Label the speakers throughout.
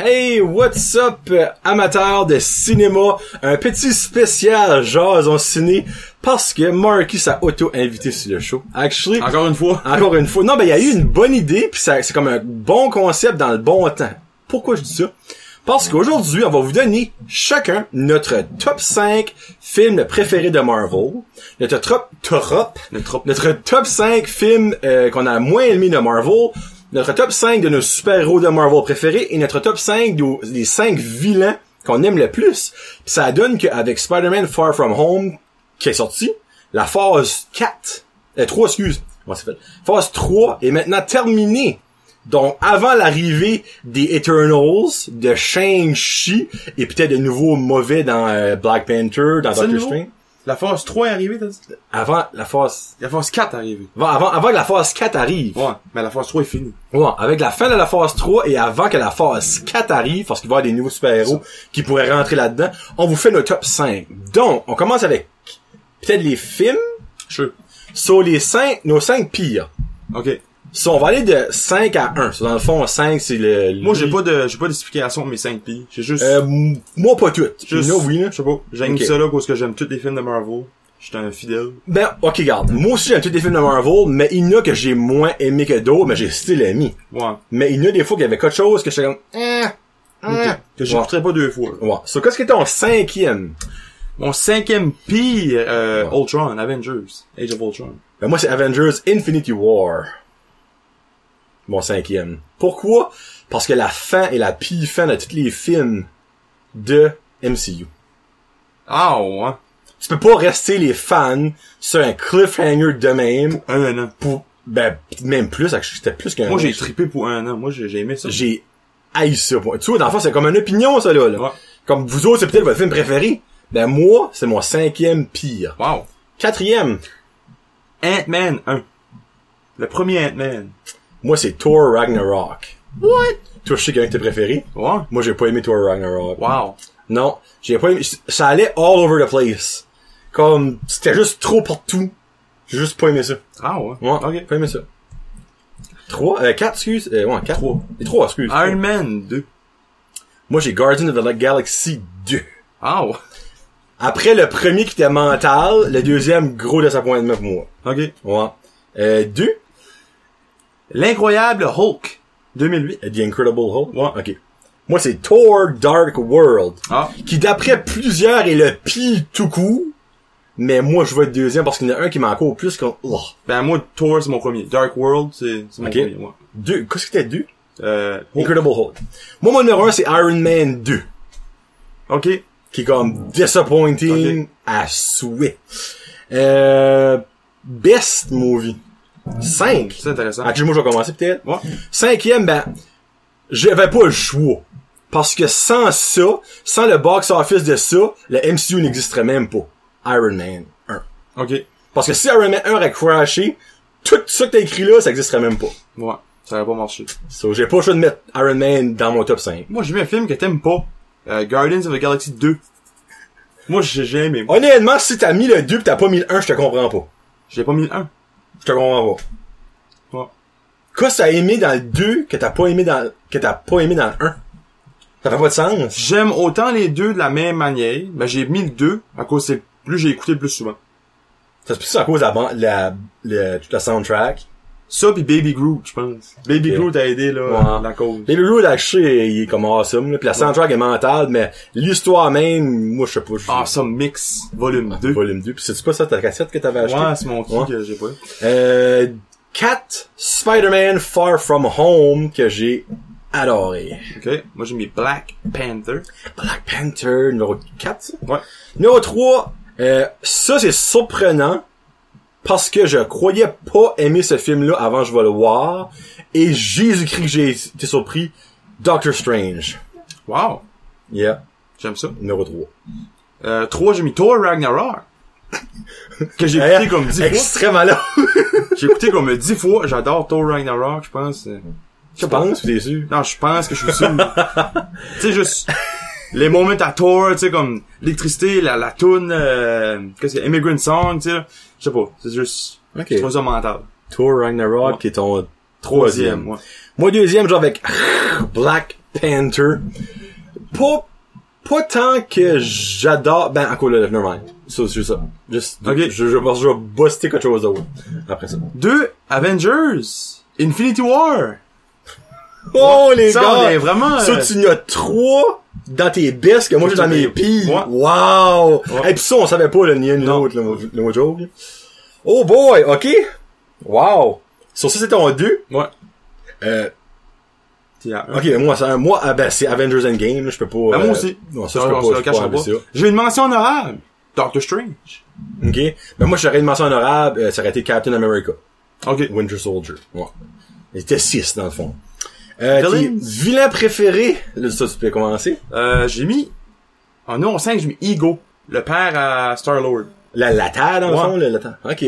Speaker 1: Hey, what's up, euh, amateurs de cinéma? Un petit spécial Jason Ciné parce que Marky s'est auto-invité sur le show. Actually,
Speaker 2: Encore une fois.
Speaker 1: encore une fois, non, ben il y a eu une bonne idée puis ça- c'est comme un bon concept dans le bon temps. Pourquoi je dis ça? Parce qu'aujourd'hui, on va vous donner chacun notre top 5 films préférés de Marvel, notre top, top,
Speaker 2: Le trop.
Speaker 1: notre top 5 films euh, qu'on a moins aimé de Marvel, notre top 5 de nos super-héros de Marvel préférés et notre top 5 de- des 5 vilains qu'on aime le plus. Puis ça donne qu'avec Spider-Man Far From Home qui est sorti, la phase 4, euh, 3 excuse, comment ça s'appelle? Phase 3 est maintenant terminée. Donc, avant l'arrivée des Eternals, de Shang-Chi, et peut-être de nouveaux mauvais dans euh, Black Panther, dans
Speaker 2: C'est
Speaker 1: Doctor
Speaker 2: nouveau?
Speaker 1: Strange,
Speaker 2: La phase 3 est arrivée, t'as dit?
Speaker 1: avant la phase
Speaker 2: La phase 4 est arrivée.
Speaker 1: Avant, avant, avant que la phase 4 arrive.
Speaker 2: Ouais, mais la phase 3 est finie.
Speaker 1: Ouais, avec la fin de la phase 3 et avant que la phase 4 arrive, parce qu'il va y avoir des nouveaux super-héros qui pourraient rentrer là-dedans, on vous fait nos top 5. Donc, on commence avec peut-être les films
Speaker 2: Sure.
Speaker 1: sur les 5, nos 5 pires.
Speaker 2: Ok.
Speaker 1: So, on va aller de 5 à 1. So, dans le fond, 5, c'est le... le-
Speaker 2: Moi, j'ai pas de, j'ai pas d'explication de mes 5 pays. J'ai juste,
Speaker 1: Euh, m- moi, pas tout.
Speaker 2: juste,
Speaker 1: No, oui, là.
Speaker 2: je sais pas. J'aime
Speaker 1: Ok.
Speaker 2: ça là parce que j'aime tous les films de Marvel. J'étais un fidèle.
Speaker 1: Ben, ok, regarde. Moi aussi, j'aime tous les films de Marvel, mais il y en a que j'ai moins aimé que d'autres, mais j'ai still aimé.
Speaker 2: Ouais.
Speaker 1: Mais il y en a des fois qu'il y avait quelque chose que j'étais comme... Eh, eh.
Speaker 2: Que j'écouterais pas deux fois. là.
Speaker 1: Ouais. So, qu'est-ce qui est ton cinquième?
Speaker 2: Mon cinquième pire, euh,
Speaker 1: Ouais.
Speaker 2: Ultron, Avengers. Age of Ultron.
Speaker 1: Ben, moi, c'est Avengers Infinity War. Mon cinquième. Pourquoi? Parce que la fin est la pire fin de tous les films de MCU.
Speaker 2: Ah, ouais.
Speaker 1: Tu peux pas rester les fans sur un cliffhanger de même
Speaker 2: Un an.
Speaker 1: pour, ben, même plus, c'était plus qu'un...
Speaker 2: Moi, j'ai trippé pour un an. Moi, j'ai j'ai aimé ça.
Speaker 1: J'ai haï ça. moi. Tu vois, dans le fond, c'est comme une opinion, ça, là. là.
Speaker 2: Ouais.
Speaker 1: Comme vous autres, c'est peut-être votre film préféré. Ben, moi, c'est mon cinquième pire.
Speaker 2: Wow.
Speaker 1: Quatrième,
Speaker 2: Ant-Man 1. Le premier Ant-Man.
Speaker 1: moi, c'est Thor Ragnarok.
Speaker 2: What?
Speaker 1: Toi, je sais quel est tes préférés.
Speaker 2: Ouais.
Speaker 1: Moi, j'ai pas aimé Thor Ragnarok.
Speaker 2: Wow.
Speaker 1: Non, j'ai pas aimé. Ça allait all over the place. Comme, c'était juste trop partout. J'ai juste pas aimé ça.
Speaker 2: Ah, ouais.
Speaker 1: Ouais,
Speaker 2: Ok.
Speaker 1: pas aimé ça. Trois, euh, quatre, excuse. Euh, ouais, quatre.
Speaker 2: Trois.
Speaker 1: Et trois, excuse.
Speaker 2: Iron Man 2.
Speaker 1: Moi, j'ai Guardian of the Galaxy 2.
Speaker 2: Ah, ouais.
Speaker 1: Après le premier qui était mental, le deuxième, gros disappointment pour moi.
Speaker 2: Ok.
Speaker 1: Ouais. Euh, deux,
Speaker 2: L'incroyable Hulk 2008.
Speaker 1: euh, The Incredible Hulk.
Speaker 2: Ouais.
Speaker 1: Ok. Moi, c'est Thor Dark World.
Speaker 2: Ah.
Speaker 1: Qui, d'après plusieurs, est le pire tout court. Mais moi, je veux être deuxième parce qu'il y en a un qui m'encore plus qu'on... Oh.
Speaker 2: Ben moi, Thor, c'est mon premier. Dark World, c'est c'est mon
Speaker 1: Ok.
Speaker 2: premier. Ouais.
Speaker 1: Deux. Qu'est-ce que t'as deux?
Speaker 2: Euh, Hulk.
Speaker 1: Incredible Hulk. Moi, mon numéro un, c'est Iron Man 2.
Speaker 2: Ok.
Speaker 1: Qui est comme disappointing à souhait. Euh, best movie. Cinq.
Speaker 2: C'est intéressant.
Speaker 1: Ah, moi, je vais commencer peut-être.
Speaker 2: Ouais.
Speaker 1: Cinquième, ben, j'avais pas le choix. Parce que sans ça, sans le box-office de ça, le MCU n'existerait même pas. Iron Man 1.
Speaker 2: Ok.
Speaker 1: Parce que si Iron Man 1 a crashé, tout ça que t'as écrit là, ça existerait même pas.
Speaker 2: Ouais. Ça va pas marcher.
Speaker 1: So, j'ai pas le choix de mettre Iron Man dans mon top 5.
Speaker 2: Moi, j'ai vu un film que t'aimes pas. Euh, Guardians of the Galaxy 2. Moi, j'ai j'ai aimé.
Speaker 1: Honnêtement, si t'as mis le 2 pis t'as pas mis le 1, je te comprends pas.
Speaker 2: J'ai pas mis le 1.
Speaker 1: Je te comprends pas.
Speaker 2: Ouais.
Speaker 1: Qu'est-ce que t'as aimé dans le 2 que t'as pas aimé dans, que t'as pas aimé dans le 1? Ça fait pas de sens.
Speaker 2: J'aime autant les deux de la même manière. Ben, j'ai mis le 2 à cause c'est plus j'ai écouté le plus souvent.
Speaker 1: Ça se peut à cause de la, ban- la, le- toute la soundtrack.
Speaker 2: Ça pis Baby Groot, je pense. Baby
Speaker 1: Ok.
Speaker 2: Groot a aidé, là,
Speaker 1: Ouais.
Speaker 2: la cause.
Speaker 1: Baby Groot, acheté, il est comme awesome, là. Puis la soundtrack est mentale, mais l'histoire même, moi, je sais pas. je-
Speaker 2: Awesome Ah, Mix, volume 2.
Speaker 1: Volume 2. Puis c'est pas ça ta cassette que t'avais acheté?
Speaker 2: Ouais, c'est mon
Speaker 1: Ouais.
Speaker 2: qui que j'ai pas. eu.
Speaker 1: Euh, 4, Spider-Man Far From Home, que j'ai adoré.
Speaker 2: Ok. Moi, j'ai mis Black Panther.
Speaker 1: Black Panther, numéro 4, ça?
Speaker 2: Ouais.
Speaker 1: Numéro 3, euh, ça c'est surprenant parce que je croyais pas aimer ce film-là avant que je vais le voir. Et Jésus-Christ que j'ai été surpris. Doctor Strange.
Speaker 2: Wow.
Speaker 1: Yeah,
Speaker 2: J'aime ça.
Speaker 1: numéro 3.
Speaker 2: Euh, 3, j'ai mis Thor Ragnarok. que j'ai
Speaker 1: Eh,
Speaker 2: écouté comme 10 fois.
Speaker 1: Extrêmement là.
Speaker 2: J'ai écouté comme 10 fois. J'adore Thor Ragnarok, je pense. Euh,
Speaker 1: Je pense, t'es sûr.
Speaker 2: Non, je pense que je suis sûr. tu sais, juste... Les moments à Thor, tu sais, comme l'électricité, la, la toune, euh, qu'est-ce que Immigrant Song, tu sais, là. je sais pas, c'est juste,
Speaker 1: Ok.
Speaker 2: je trouve ça mental.
Speaker 1: Thor Ragnarok qui est ton troisième.
Speaker 2: Troisième, ouais.
Speaker 1: Moi deuxième, genre avec Black Panther. Pas, pas tant que j'adore, ben, encore là, nevermind. Ça, c'est juste ça. Juste,
Speaker 2: Ok.
Speaker 1: je, je, je vais buster quelque chose d'autre après ça.
Speaker 2: Deux, Avengers. Infinity War.
Speaker 1: Oh, les
Speaker 2: Ça,
Speaker 1: gars!
Speaker 2: on est vraiment,
Speaker 1: Ça,
Speaker 2: euh,
Speaker 1: tu en as trois dans tes bestes que moi, j'ai dans mes pires.
Speaker 2: Ouais.
Speaker 1: Wow!
Speaker 2: Ouais.
Speaker 1: Et puis ça, on savait pas, le ni un ni l'autre, le, mo- le mojo. Oh boy, ok. Wow. Sur ça, c'était en deux.
Speaker 2: Ouais.
Speaker 1: Euh,
Speaker 2: T'es à un.
Speaker 1: ok, moi, ça, moi, ah, ben, c'est Avengers Endgame, là, je peux pas.
Speaker 2: Ah,
Speaker 1: euh,
Speaker 2: euh, moi aussi.
Speaker 1: Non, ça,
Speaker 2: Ah,
Speaker 1: je peux
Speaker 2: on
Speaker 1: pas,
Speaker 2: se le
Speaker 1: je peux pas
Speaker 2: cachera
Speaker 1: enlever ça.
Speaker 2: J'ai une mention honorable. Doctor Strange.
Speaker 1: Ok. Ben, moi, j'aurais une mention honorable, euh, ça aurait été Captain America.
Speaker 2: Ok.
Speaker 1: Winter Soldier. Ouais. Il était six, dans le fond. Euh,
Speaker 2: Villains.
Speaker 1: puis, vilain préféré, là, ça, tu peux commencer.
Speaker 2: Euh, j'ai mis, ah en numéro 5, j'ai mis Ego. Le père à Star-Lord.
Speaker 1: La, la terre, dans le
Speaker 2: Ouais.
Speaker 1: fond, là, la terre. Ok.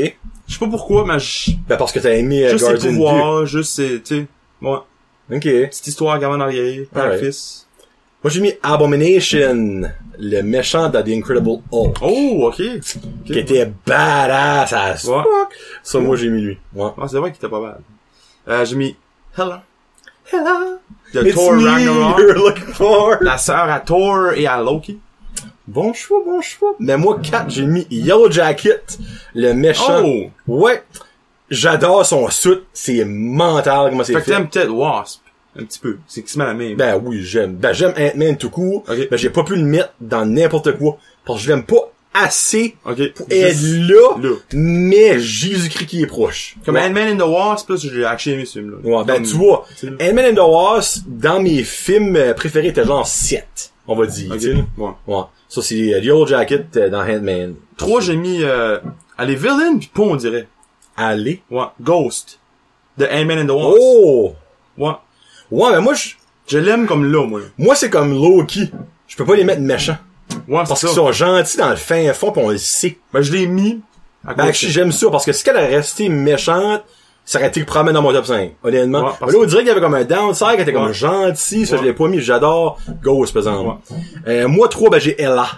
Speaker 2: Je sais pas pourquoi, mais je-
Speaker 1: Ben parce que t'as aimé euh,
Speaker 2: juste ses
Speaker 1: Guardian
Speaker 2: pouvoirs, juste ses, tu sais, ouais.
Speaker 1: 2. Ok.
Speaker 2: Petite histoire, gamin en arrière, père
Speaker 1: Alright.
Speaker 2: fils.
Speaker 1: Moi j'ai mis Abomination, le méchant dans The Incredible Hulk.
Speaker 2: Oh, ok.
Speaker 1: Qui était badass as
Speaker 2: Ouais.
Speaker 1: fuck. Ça moi j'ai mis lui. Ouais.
Speaker 2: Ah, c'est vrai qu'il était pas mal. Euh, j'ai mis Hela.
Speaker 1: Hello.
Speaker 2: De
Speaker 1: It's
Speaker 2: Thor
Speaker 1: me
Speaker 2: Ragnarok.
Speaker 1: you're looking for.
Speaker 2: La sœur à Thor et à Loki.
Speaker 1: Bon choix, bon choix. Mais moi 4 j'ai mis Yellow Jacket, le méchant.
Speaker 2: Oh!
Speaker 1: Ouais. J'adore son suit, c'est mental comment c'est
Speaker 2: Fait que
Speaker 1: fait.
Speaker 2: t'aimes peut-être Wasp. Un petit peu. C'est qui se met la même.
Speaker 1: Ben oui, j'aime. Ben j'aime Ant-Man tout court.
Speaker 2: Ok.
Speaker 1: Ben j'ai pas pu le mettre dans n'importe quoi. Parce que je l'aime pas assez
Speaker 2: ok.
Speaker 1: pour être
Speaker 2: Juste-
Speaker 1: là,
Speaker 2: là.
Speaker 1: mais Jésus-Christ qui est proche.
Speaker 2: Comme
Speaker 1: ouais.
Speaker 2: Ant-Man and the Wasp, là, j'ai actually aimé ce film-là.
Speaker 1: Ouais, ben
Speaker 2: Comme-
Speaker 1: tu vois,
Speaker 2: c'est-
Speaker 1: Ant-Man and the Wasp, dans mes films euh, préférés, était genre 7, on va dire.
Speaker 2: Ok.
Speaker 1: tu sais, là.
Speaker 2: Ouais.
Speaker 1: Ouais. Ça, c'est euh, The Yellow Jacket euh, dans Ant-Man.
Speaker 2: Trois, j'ai mis, euh, allez, Villain pis Pont, on dirait.
Speaker 1: Allez.
Speaker 2: Ouais. Ghost. De Ant-Man and the Wasp.
Speaker 1: Oh!
Speaker 2: Ouais.
Speaker 1: Ouais, mais moi, je-
Speaker 2: Je l'aime comme là, moi.
Speaker 1: moi c'est comme Loki. Je peux pas les mettre méchants.
Speaker 2: Ouais, c'est
Speaker 1: Parce
Speaker 2: ça.
Speaker 1: qu'ils sont gentils dans le fin fond, pis on le sait.
Speaker 2: Ben, je l'ai mis. À
Speaker 1: Ben,
Speaker 2: cause
Speaker 1: actually, j'aime ça, parce que si qu'elle avait resté méchante, ça aurait été probablement dans mon top 5, honnêtement.
Speaker 2: Ouais,
Speaker 1: Mais
Speaker 2: parce
Speaker 1: là, on dirait qu'il y avait comme un downside, qu'elle était comme
Speaker 2: Ouais.
Speaker 1: gentille, ça, je
Speaker 2: Ouais.
Speaker 1: l'ai pas mis, j'adore Ghost, par exemple. Euh, moi, 3, ben, j'ai Ella.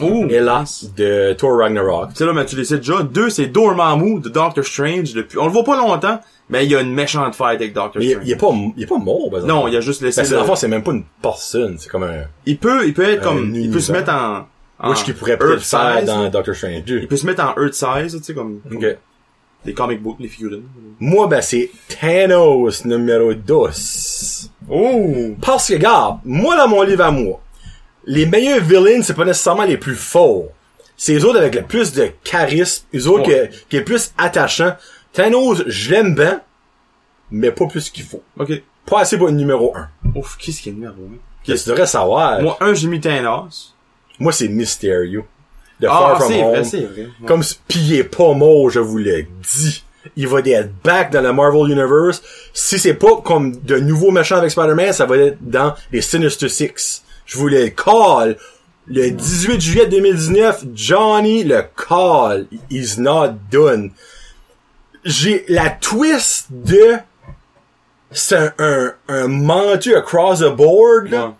Speaker 2: Oh!
Speaker 1: Ella, de Thor Ragnarok.
Speaker 2: Tu sais, là, mais tu les sais déjà. Deux, c'est Dormammu de Doctor Strange. Depuis... On le voit pas longtemps, mais il y a une méchante fight avec Doctor
Speaker 1: Mais il,
Speaker 2: Strange.
Speaker 1: il est pas, il est pas mort, par exemple.
Speaker 2: Non, il a juste laissé...
Speaker 1: Parce que
Speaker 2: le-
Speaker 1: dans le fond, c'est même pas une personne, c'est comme un...
Speaker 2: Il peut, il peut être comme... Il peut
Speaker 1: univers.
Speaker 2: se mettre en... en
Speaker 1: Moi, je qui pourrait peut-être
Speaker 2: Ah. Earth
Speaker 1: faire
Speaker 2: size.
Speaker 1: dans Doctor Strange 2.
Speaker 2: Il peut se mettre en Earth size, tu sais, comme...
Speaker 1: Ok.
Speaker 2: Les comic books, les figurines.
Speaker 1: Moi, ben, c'est Thanos numéro 2.
Speaker 2: Oh!
Speaker 1: Parce que, regarde, moi, dans mon livre à moi, les meilleurs villains, c'est pas nécessairement les plus forts. C'est les autres avec le plus de charisme, les autres
Speaker 2: Ouais.
Speaker 1: que- qui est plus attachant. Thanos, je l'aime bien, mais pas plus qu'il faut.
Speaker 2: Ok.
Speaker 1: Pas assez pour être numéro 1.
Speaker 2: Ouf, qu'est-ce qu'il y a de merde, hein?
Speaker 1: Qu'est-ce que tu devrais savoir? Moi,
Speaker 2: Moi, un, j'ai mis Thanos.
Speaker 1: c'est Mysterio. De
Speaker 2: Ah,
Speaker 1: Far From
Speaker 2: c'est vrai,
Speaker 1: Home.
Speaker 2: c'est vrai. Ouais.
Speaker 1: Comme si- pis il est pas mort, je vous le dis. Il va être back dans le Marvel Universe. Si c'est pas comme de nouveaux méchants avec Spider-Man, ça va être dans les Sinister Six. Je vous le call. Le 18 juillet 2019, Johnny le call. He's not done. J'ai la twist de... C'est un, un, un mentu across the board, là
Speaker 2: Ouais.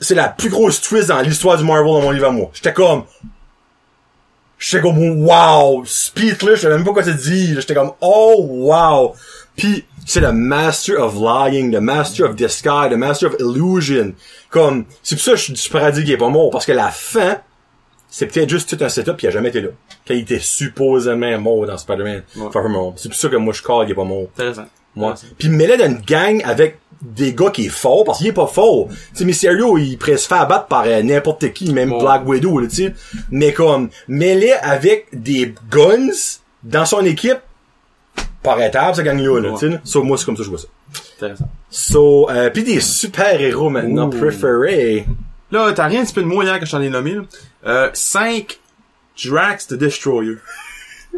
Speaker 1: c'est la plus grosse twist dans l'histoire du Marvel dans mon livre à moi. J'étais comme, j'étais comme, wow, speed là, je savais même pas quoi te dire, là. j'étais comme, oh wow. Puis c'est le master of lying, le master of disguise, le master of illusion. Comme, c'est pour ça que je suis du paradis qui est pas mort, parce que la fin, c'est peut-être juste tout un setup qui a jamais été là. Quand il était supposément mort dans Spider-Man,
Speaker 2: Ouais.
Speaker 1: Far From Home. C'est pour ça que moi je call, il est pas mort.
Speaker 2: Intéressant.
Speaker 1: Moi. Puis mêlé dans une gang avec des gars qui est fort parce qu'il est pas fort. Tu sais, Mysterio, il pourrait se faire battre par euh, n'importe qui, même
Speaker 2: Ouais.
Speaker 1: Black Widow, là, tu sais. Mais comme, mêlé avec des guns dans son équipe, paraîtable, ça gagne là, là,
Speaker 2: Ouais.
Speaker 1: tu sais. là. So, moi, c'est comme ça que je vois ça.
Speaker 2: Intéressant.
Speaker 1: So, euh, pis des super-héros maintenant,
Speaker 2: Ouh.
Speaker 1: préférés.
Speaker 2: Là, t'as rien un petit peu de moi hier quand je t'en ai nommé, là. Euh, 5, Drax the Destroyer.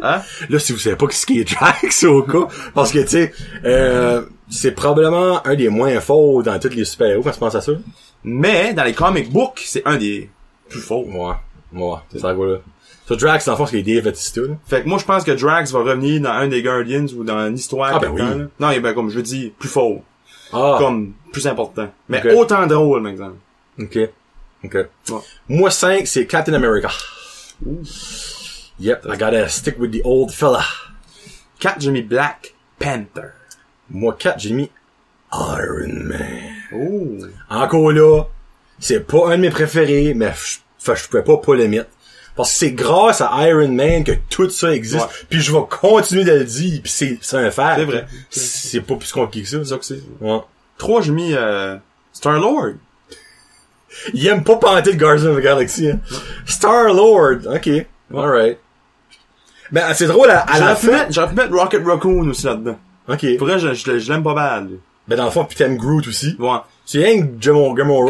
Speaker 2: Hein?
Speaker 1: Là, si vous savez pas ce qui est Drax, au cas, parce que, tu sais, euh, c'est probablement un des moins forts dans tous les super-héros quand tu penses à ça.
Speaker 2: Mais, dans les comic books, c'est un des plus forts.
Speaker 1: Ouais, ouais, c'est ça, quoi, là. Ça, Drax, dans le fond, c'est Dave Batista, là.
Speaker 2: Fait que moi, je pense que Drax va revenir dans un des Guardians ou dans une histoire.
Speaker 1: Ah, ben
Speaker 2: quelque temps,
Speaker 1: oui.
Speaker 2: là. Non, et ben, comme je dis, plus fort.
Speaker 1: Ah,
Speaker 2: Comme, plus important. Mais
Speaker 1: Ok.
Speaker 2: autant drôle, par exemple.
Speaker 1: ok. Ok.
Speaker 2: Ouais.
Speaker 1: Moi, 5, c'est Captain America. Yep, I gotta stick with the old fella.
Speaker 2: 4, j'ai mis Black Panther.
Speaker 1: Moi, 4, j'ai mis Iron Man.
Speaker 2: Oh.
Speaker 1: Encore là, c'est pas un de mes préférés, mais je- fait, je pouvais pas pas le mettre. Parce que c'est grâce à Iron Man que tout ça existe.
Speaker 2: Ouais.
Speaker 1: Puis je vais continuer de le dire, puis c'est c'est un fait.
Speaker 2: C'est vrai.
Speaker 1: C'est pas plus compliqué que
Speaker 2: C'est
Speaker 1: ça.
Speaker 2: ça que c'est.
Speaker 1: Ouais.
Speaker 2: Trois, j'ai mis, euh, Star-Lord.
Speaker 1: Il aime pas panter de Guardians of the Galaxy. Hein. Star-Lord. OK. Alright. Ben, c'est drôle, à, à la
Speaker 2: J'aurais pu
Speaker 1: fin...
Speaker 2: mettre, j'aurais pu mettre Rocket Raccoon aussi là-dedans.
Speaker 1: OK.
Speaker 2: Pour vrai, je, je, je l'aime pas mal, lui.
Speaker 1: Ben, dans le fond, pis t'aimes Groot aussi.
Speaker 2: Ouais.
Speaker 1: C'est rien que Gamora. Gamora.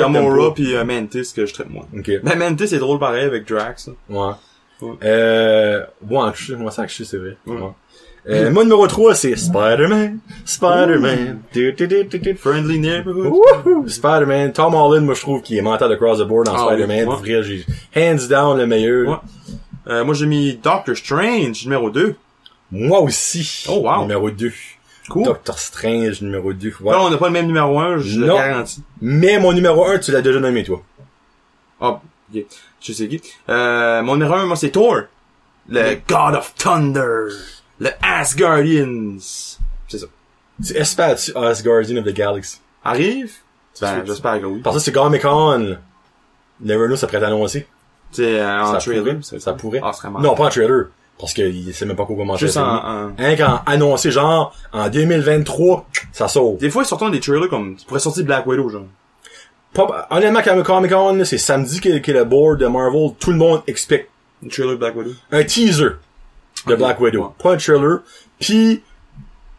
Speaker 1: t'aimes
Speaker 2: Gamora pis euh, Mantis que je traite moins.
Speaker 1: pas. OK. Ouais.
Speaker 2: Ben Mantis c'est drôle pareil avec Drax. là. Ouais.
Speaker 1: Ouais. Euh... Ouais, en chute, moi, ça en chute, c'est vrai.
Speaker 2: Ouais.
Speaker 1: Ouais. Euh, moi, numéro 3, c'est Spider-Man. Spider-Man. Du, du, du, du, du.
Speaker 2: Friendly Neighborhood.
Speaker 1: Wouhou! Spider-Man. Tom Holland, moi, je trouve qu'il est mental across the board dans
Speaker 2: Ah oui,
Speaker 1: Spider-Man.
Speaker 2: ouais.
Speaker 1: Pour vrai, j'ai- hands down, le meilleur.
Speaker 2: Ouais. Euh, moi j'ai mis Doctor Strange numéro 2.
Speaker 1: Moi aussi.
Speaker 2: Oh, wow.
Speaker 1: Numéro 2.
Speaker 2: Cool.
Speaker 1: Doctor Strange numéro 2. Ouais.
Speaker 2: Non, on n'a pas le même numéro 1, je le
Speaker 1: Non.
Speaker 2: garantis.
Speaker 1: Mais mon numéro 1, tu l'as déjà nommé, toi.
Speaker 2: Ah, ok. Je sais qui. Euh, mon numéro 1, moi c'est Thor. Le God of Thunder. Le Asgardians. C'est ça.
Speaker 1: Tu espères-tu Us Guardian of the Galaxy?
Speaker 2: Arrive? Ben,
Speaker 1: Tu-
Speaker 2: j'espère que oui.
Speaker 1: Parce que c'est Comic Con. Never know, ça pourrait être annoncé.
Speaker 2: C'est euh, en
Speaker 1: Ça
Speaker 2: trailer.
Speaker 1: pourrait. Ça pourrait.
Speaker 2: Ah, c'est vraiment.
Speaker 1: Non, pas en trailer. Parce que il sait même pas quoi commencer.
Speaker 2: Juste
Speaker 1: à
Speaker 2: en,
Speaker 1: filmer.
Speaker 2: en-
Speaker 1: Hein, quand annoncé, genre, en 2023, ça sort.
Speaker 2: Des fois, ils sortent des trailers comme, tu pourrais sortir Black Widow, genre.
Speaker 1: Pas- honnêtement, quand Comic Con, là, c'est samedi qu'est qu'est le board de Marvel, tout le monde expecte
Speaker 2: Un trailer de Black Widow.
Speaker 1: un teaser de
Speaker 2: Ok,
Speaker 1: Black
Speaker 2: ouais.
Speaker 1: Widow. Pas un trailer. Puis,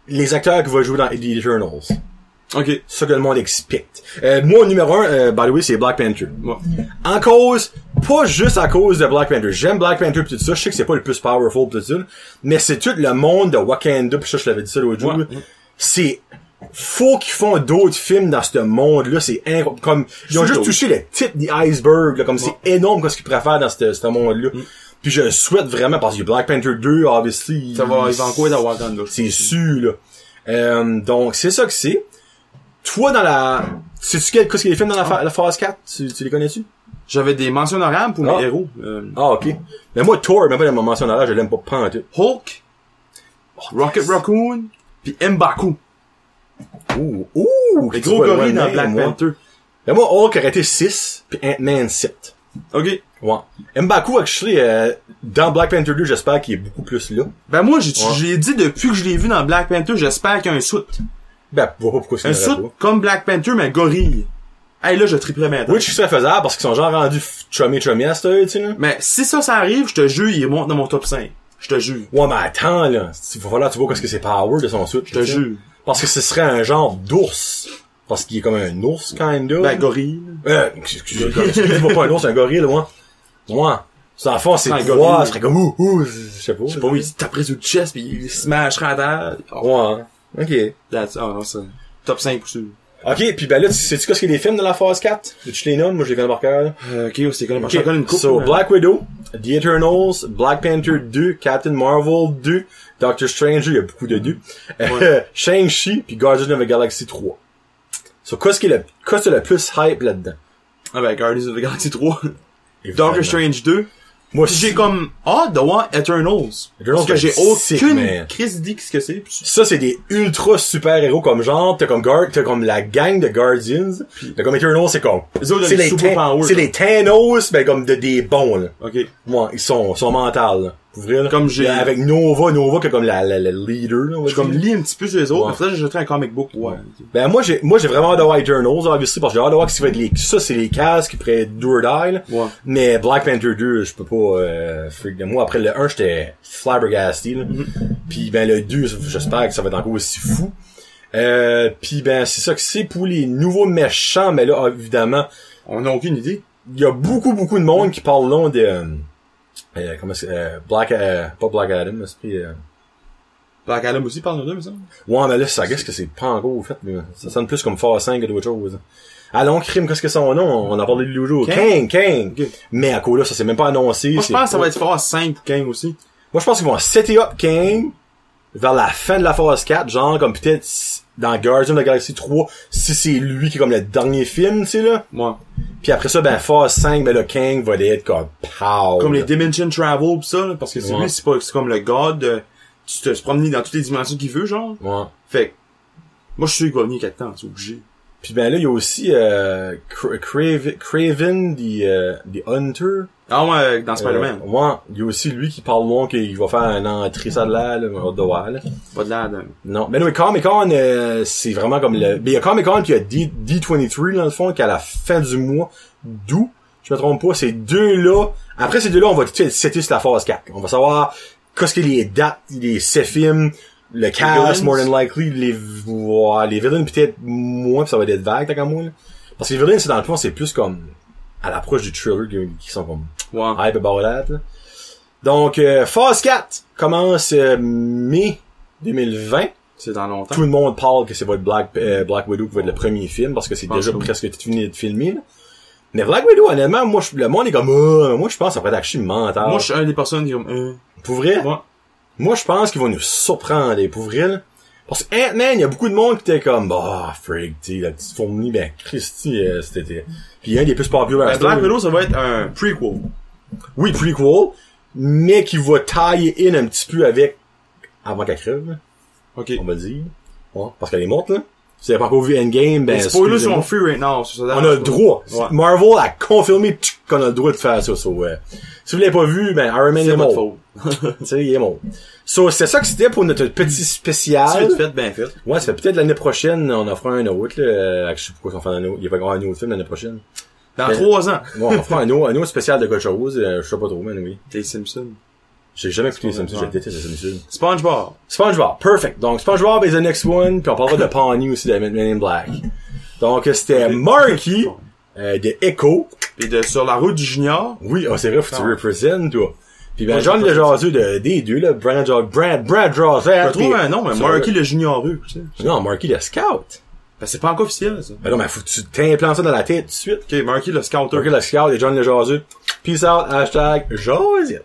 Speaker 1: les acteurs qui vont jouer dans The Eternals.
Speaker 2: Ok.
Speaker 1: ce que le monde expecte. Euh, moi, numéro un, euh, by the way, c'est Black Panther.
Speaker 2: Bon.
Speaker 1: En cause, pas juste à cause de Black Panther. J'aime Black Panther pis tout ça. Je sais que c'est pas le plus powerful pis tout ça. Mais c'est tout le monde de Wakanda pis ça, je l'avais dit ça l'autre jour.
Speaker 2: Ouais.
Speaker 1: C'est, faut qu'ils font d'autres films dans ce monde-là. C'est incroyable. Comme, ils ont
Speaker 2: C'est
Speaker 1: juste
Speaker 2: d'autres.
Speaker 1: touché le tip des icebergs, là, Comme c'est énorme ce qu'ils pourraient faire dans ce, ce monde-là.
Speaker 2: Mm.
Speaker 1: Puis je le souhaite vraiment parce que Black Panther 2, obviously.
Speaker 2: Ça va, ils vont quoi dans Wakanda?
Speaker 1: C'est sûr, là. Euh, donc, c'est ça que c'est. Toi, dans la... Sais-tu quel, qu'est-ce qu'il y a des films dans la,
Speaker 2: Ah.
Speaker 1: fa- la phase 4? Tu, tu les connais-tu?
Speaker 2: J'avais des mentions honorables pour
Speaker 1: Ah.
Speaker 2: mes héros. Euh,
Speaker 1: Ah, ok. Mais moi, Thor, même pas dans ma mention honorable, je l'aime pas pas en tout.
Speaker 2: Hulk,
Speaker 1: Oh,
Speaker 2: Rocket Raccoon, puis M'Baku.
Speaker 1: Ouh, ouh!
Speaker 2: Les
Speaker 1: tu
Speaker 2: gros
Speaker 1: vois loin
Speaker 2: gorilles
Speaker 1: de
Speaker 2: dans
Speaker 1: même,
Speaker 2: Black
Speaker 1: moi.
Speaker 2: Panther.
Speaker 1: Mais moi, Hulk aurait été 6, puis Ant-Man 7.
Speaker 2: Ok.
Speaker 1: Ouais. M'Baku, actually, euh, dans Black Panther 2, j'espère qu'il est beaucoup plus là.
Speaker 2: Ben moi, j'ai
Speaker 1: Ouais.
Speaker 2: j'ai dit depuis que je l'ai vu dans Black Panther, j'espère qu'il y a un suit.
Speaker 1: Ben, je vois pas pourquoi c'est
Speaker 2: Un suit comme Black Panther, mais gorille. Hey, là, je triple maintenant.
Speaker 1: Which serait faisable, parce qu'ils sont genre rendus f- chummy chummy à cette heure, tu sais, là.
Speaker 2: Mais si ça, ça arrive, je te jure, il monte dans mon top 5. Je te jure.
Speaker 1: Ouais, mais attends, là. Il va falloir, que tu vois, qu'est-ce que c'est power de son suit.
Speaker 2: Je te jure.
Speaker 1: Parce que ce serait un genre d'ours. Parce qu'il est comme un ours, quand même, là.
Speaker 2: Ben, gorille. là.
Speaker 1: euh, excusez- excusez-moi, pas un ours, un gorille, là, moi. Moi. Ça, en fond, c'est
Speaker 2: Un
Speaker 1: le roi,
Speaker 2: gorille.
Speaker 1: ce serait comme ouh, ouh, je sais pas.
Speaker 2: Je sais pas, il se taperait sur le chest, puis il se mâcherait à terre. Oh,
Speaker 1: Ouais. hein. Ok.
Speaker 2: that's- oh, non, ça. Top 5 pour sûr.
Speaker 1: Ok, puis ben là, tu- sais-tu qu'est-ce qu'il y a des films dans la phase 4? Tu les nommes? Moi, je les connais par cœur, là.
Speaker 2: Euh, ok, on s'est connu. Chacun une coupe.
Speaker 1: So,
Speaker 2: hein.
Speaker 1: Black Widow, The Eternals, Black Panther 2, Captain Marvel 2, Doctor Strange, il y a beaucoup de 2, Shang-Chi, puis Guardians of the Galaxy 3. So, qu'est-ce qui est le, qu'est-ce qui est le plus hype là-dedans?
Speaker 2: Ah ben, Guardians of the Galaxy 3. Doctor Strange 2.
Speaker 1: Moi,
Speaker 2: Puis j'ai comme hâte de voir Eternals.
Speaker 1: Eternals
Speaker 2: Parce que
Speaker 1: est
Speaker 2: j'ai
Speaker 1: sick,
Speaker 2: aucune
Speaker 1: man.
Speaker 2: crise d'idée qu'est-ce que c'est. Puis
Speaker 1: Ça, c'est des ultra super-héros comme genre, t'as comme Guard, t'as comme la gang de Guardians, t'as comme Eternals, c'est comme,
Speaker 2: Les autres,
Speaker 1: c'est
Speaker 2: les
Speaker 1: les,
Speaker 2: super
Speaker 1: Than-
Speaker 2: powers,
Speaker 1: c'est
Speaker 2: là.
Speaker 1: les Thanos, mais comme de, des bons, là.
Speaker 2: OK.
Speaker 1: Moi, ils sont, sont mentales, là. Pour vrai, là.
Speaker 2: Comme j'ai-
Speaker 1: Là, Avec Nova, Nova, qui est comme la, la, la leader, là. on va
Speaker 2: J'ai comme
Speaker 1: dire.
Speaker 2: lis un petit peu sur les autres.
Speaker 1: Ouais.
Speaker 2: Après ça, j'ai jeté un comic book. Ouais.
Speaker 1: Ben, moi, j'ai, moi, j'ai vraiment hâte de voir Eternals, obviously, parce que j'ai hâte de voir ce qui va être les, ça, c'est les cases qui pourraient être do or die, là.
Speaker 2: Ouais.
Speaker 1: Mais Black Panther 2, je peux pas, euh, freak de moi. Après le 1, j'étais flabbergasté, là. Puis, ben, le 2, j'espère que ça va être encore aussi fou. Euh, puis ben c'est ça que c'est pour les nouveaux méchants, mais là évidemment,
Speaker 2: On n'a aucune idée.
Speaker 1: il y a beaucoup beaucoup de monde qui parle long de euh, euh, comment c'est euh, Black euh, pas Black Adam, mais c'est euh,
Speaker 2: Black Adam aussi parle de deux, mais ça.
Speaker 1: Ouais, mais là ça guess que c'est pas encore au fait, mais ça sonne plus comme Far 5 que d'autres choses. Allons crime, qu'est-ce que son nom On en a parlé de l'autre jour. Kang,
Speaker 2: Kang.
Speaker 1: Kang.
Speaker 2: Ok.
Speaker 1: Mais à cause là, ça s'est même pas annoncé.
Speaker 2: Moi, je
Speaker 1: c'est
Speaker 2: pense que ça
Speaker 1: pas-
Speaker 2: va être fort 5 ou 15 aussi.
Speaker 1: Moi, je pense qu'ils vont setter up Kang vers la fin de la phase 4, genre comme peut-être s- dans Guardians of the Galaxy 3, si c'est lui qui est comme le dernier film, tu sais là.
Speaker 2: Moi.
Speaker 1: Puis après ça, ben phase 5, ben le Kang va être comme pow.
Speaker 2: Comme les
Speaker 1: là.
Speaker 2: Dimension Travel pis ça, là, parce que c'est
Speaker 1: Ouais.
Speaker 2: lui, c'est pas, c'est comme le god, euh, tu te se promener dans toutes les dimensions qu'il veut, genre.
Speaker 1: Ouais.
Speaker 2: Fait que, moi, je suis sûr qu'il va venir quelque temps, c'est obligé.
Speaker 1: Puis ben là, il y a aussi euh, Cra- Crave- Craven, the, euh, the Hunter.
Speaker 2: Ah ouais, dans Spider-Man.
Speaker 1: Euh, ouais, il y a aussi lui qui parle long qu'il va faire un entrée, ça de l'air, là, on va devoir, là.
Speaker 2: Pas de l'air d'un-
Speaker 1: Non. Mais non, mais Comic Con, c'est vraiment comme le. Mais il y a Comic Con puis il y a D, D23 dans le fond, qui à la fin du mois d'août, je me trompe pas, ces deux-là. Après ces deux-là, on va tout de suite setter sur la phase 4. On va savoir qu'est-ce que les dates, les films, le cast,
Speaker 2: villains.
Speaker 1: more than likely, les, ouais, les villains peut-être moins, puis ça va être vague, t'as qu'à moi, là. Parce que les villains, c'est dans le fond, c'est plus comme à l'approche du thriller qui- qui sont comme
Speaker 2: Ouais.
Speaker 1: hype about that, là. Donc, euh, phase 4 commence euh, mai 2020.
Speaker 2: C'est dans longtemps.
Speaker 1: Tout le monde parle que c'est votre Black, euh, Black Widow qui va être le premier film parce que c'est
Speaker 2: pense
Speaker 1: déjà
Speaker 2: que oui.
Speaker 1: presque tout fini de filmer. là. Mais Black Widow, honnêtement, moi, je- le monde est comme, Ah, moi, je pense que ça pourrait être archi mental.
Speaker 2: Moi, je suis un des personnes qui est comme, euh,
Speaker 1: pour vrai,
Speaker 2: moi.
Speaker 1: moi, je pense qu'ils vont nous surprendre, les pauvres là. Parce que Ant-Man, il y a beaucoup de monde qui était comme, bah, frig, tu sais, la petite fourmi, ben, Christy, euh, c'était, puis un des plus populaires.
Speaker 2: Ben, Black Widow, ça va être un prequel.
Speaker 1: oui, prequel, mais qui va tailler in un petit peu avec, avant qu'elle crève, là,
Speaker 2: Ok.
Speaker 1: on va dire. Ouais, parce qu'elle est morte, là. Si vous n'avez pas vu Endgame, ben,
Speaker 2: Les spoilers
Speaker 1: excusez-moi.
Speaker 2: sont free right now. sur ça.
Speaker 1: On a le droit.
Speaker 2: Ouais.
Speaker 1: Marvel a confirmé tchou, qu'on a le droit de faire ça. so, euh, si vous l'avez pas vu, ben Iron Man est
Speaker 2: C'est pas de
Speaker 1: mort.
Speaker 2: faute.
Speaker 1: Tu sais, il est mort. So, c'est ça que c'était pour notre petit
Speaker 2: Si
Speaker 1: spécial.
Speaker 2: c'est fait, ben fait.
Speaker 1: Ouais, ça fait peut-être l'année prochaine, on en fera un autre. Là. Euh, Je sais pas pourquoi on fait un autre. Il va y avoir un autre film l'année prochaine.
Speaker 2: Dans
Speaker 1: Ben-
Speaker 2: trois ans.
Speaker 1: Bon, on fera un autre, un autre spécial de quelque chose. euh, Je sais pas trop, mais oui.
Speaker 2: Les Simpsons.
Speaker 1: J'ai jamais écouté les
Speaker 2: pas
Speaker 1: Simpsons. Je
Speaker 2: vrai.
Speaker 1: déteste les Simpsons.
Speaker 2: SpongeBob.
Speaker 1: SpongeBob, perfect. Donc SpongeBob is the next one, puis on parlera de Pawnee aussi de Men in Black. Donc c'était Marky euh, de Echo.
Speaker 2: Pis de, sur la route du Junior.
Speaker 1: Oui, ah, c'est vrai, faut que tu
Speaker 2: Non.
Speaker 1: represents, toi. Puis ben,
Speaker 2: Moi,
Speaker 1: John
Speaker 2: je
Speaker 1: le jaseux de, des deux, là, Brad, Ja- Brad, Brad Jazzer.
Speaker 2: Je trouve un nom, mais Marky le Junior U, tu sais.
Speaker 1: Non, Marky le scout.
Speaker 2: Ben, c'est pas encore officiel, ça.
Speaker 1: Ben non, mais faut que tu t'implantes ça dans la tête tout de suite.
Speaker 2: Ok, Marky le Scouter.
Speaker 1: Marky le scout et John le jaseux. Peace out, hashtag jaseux.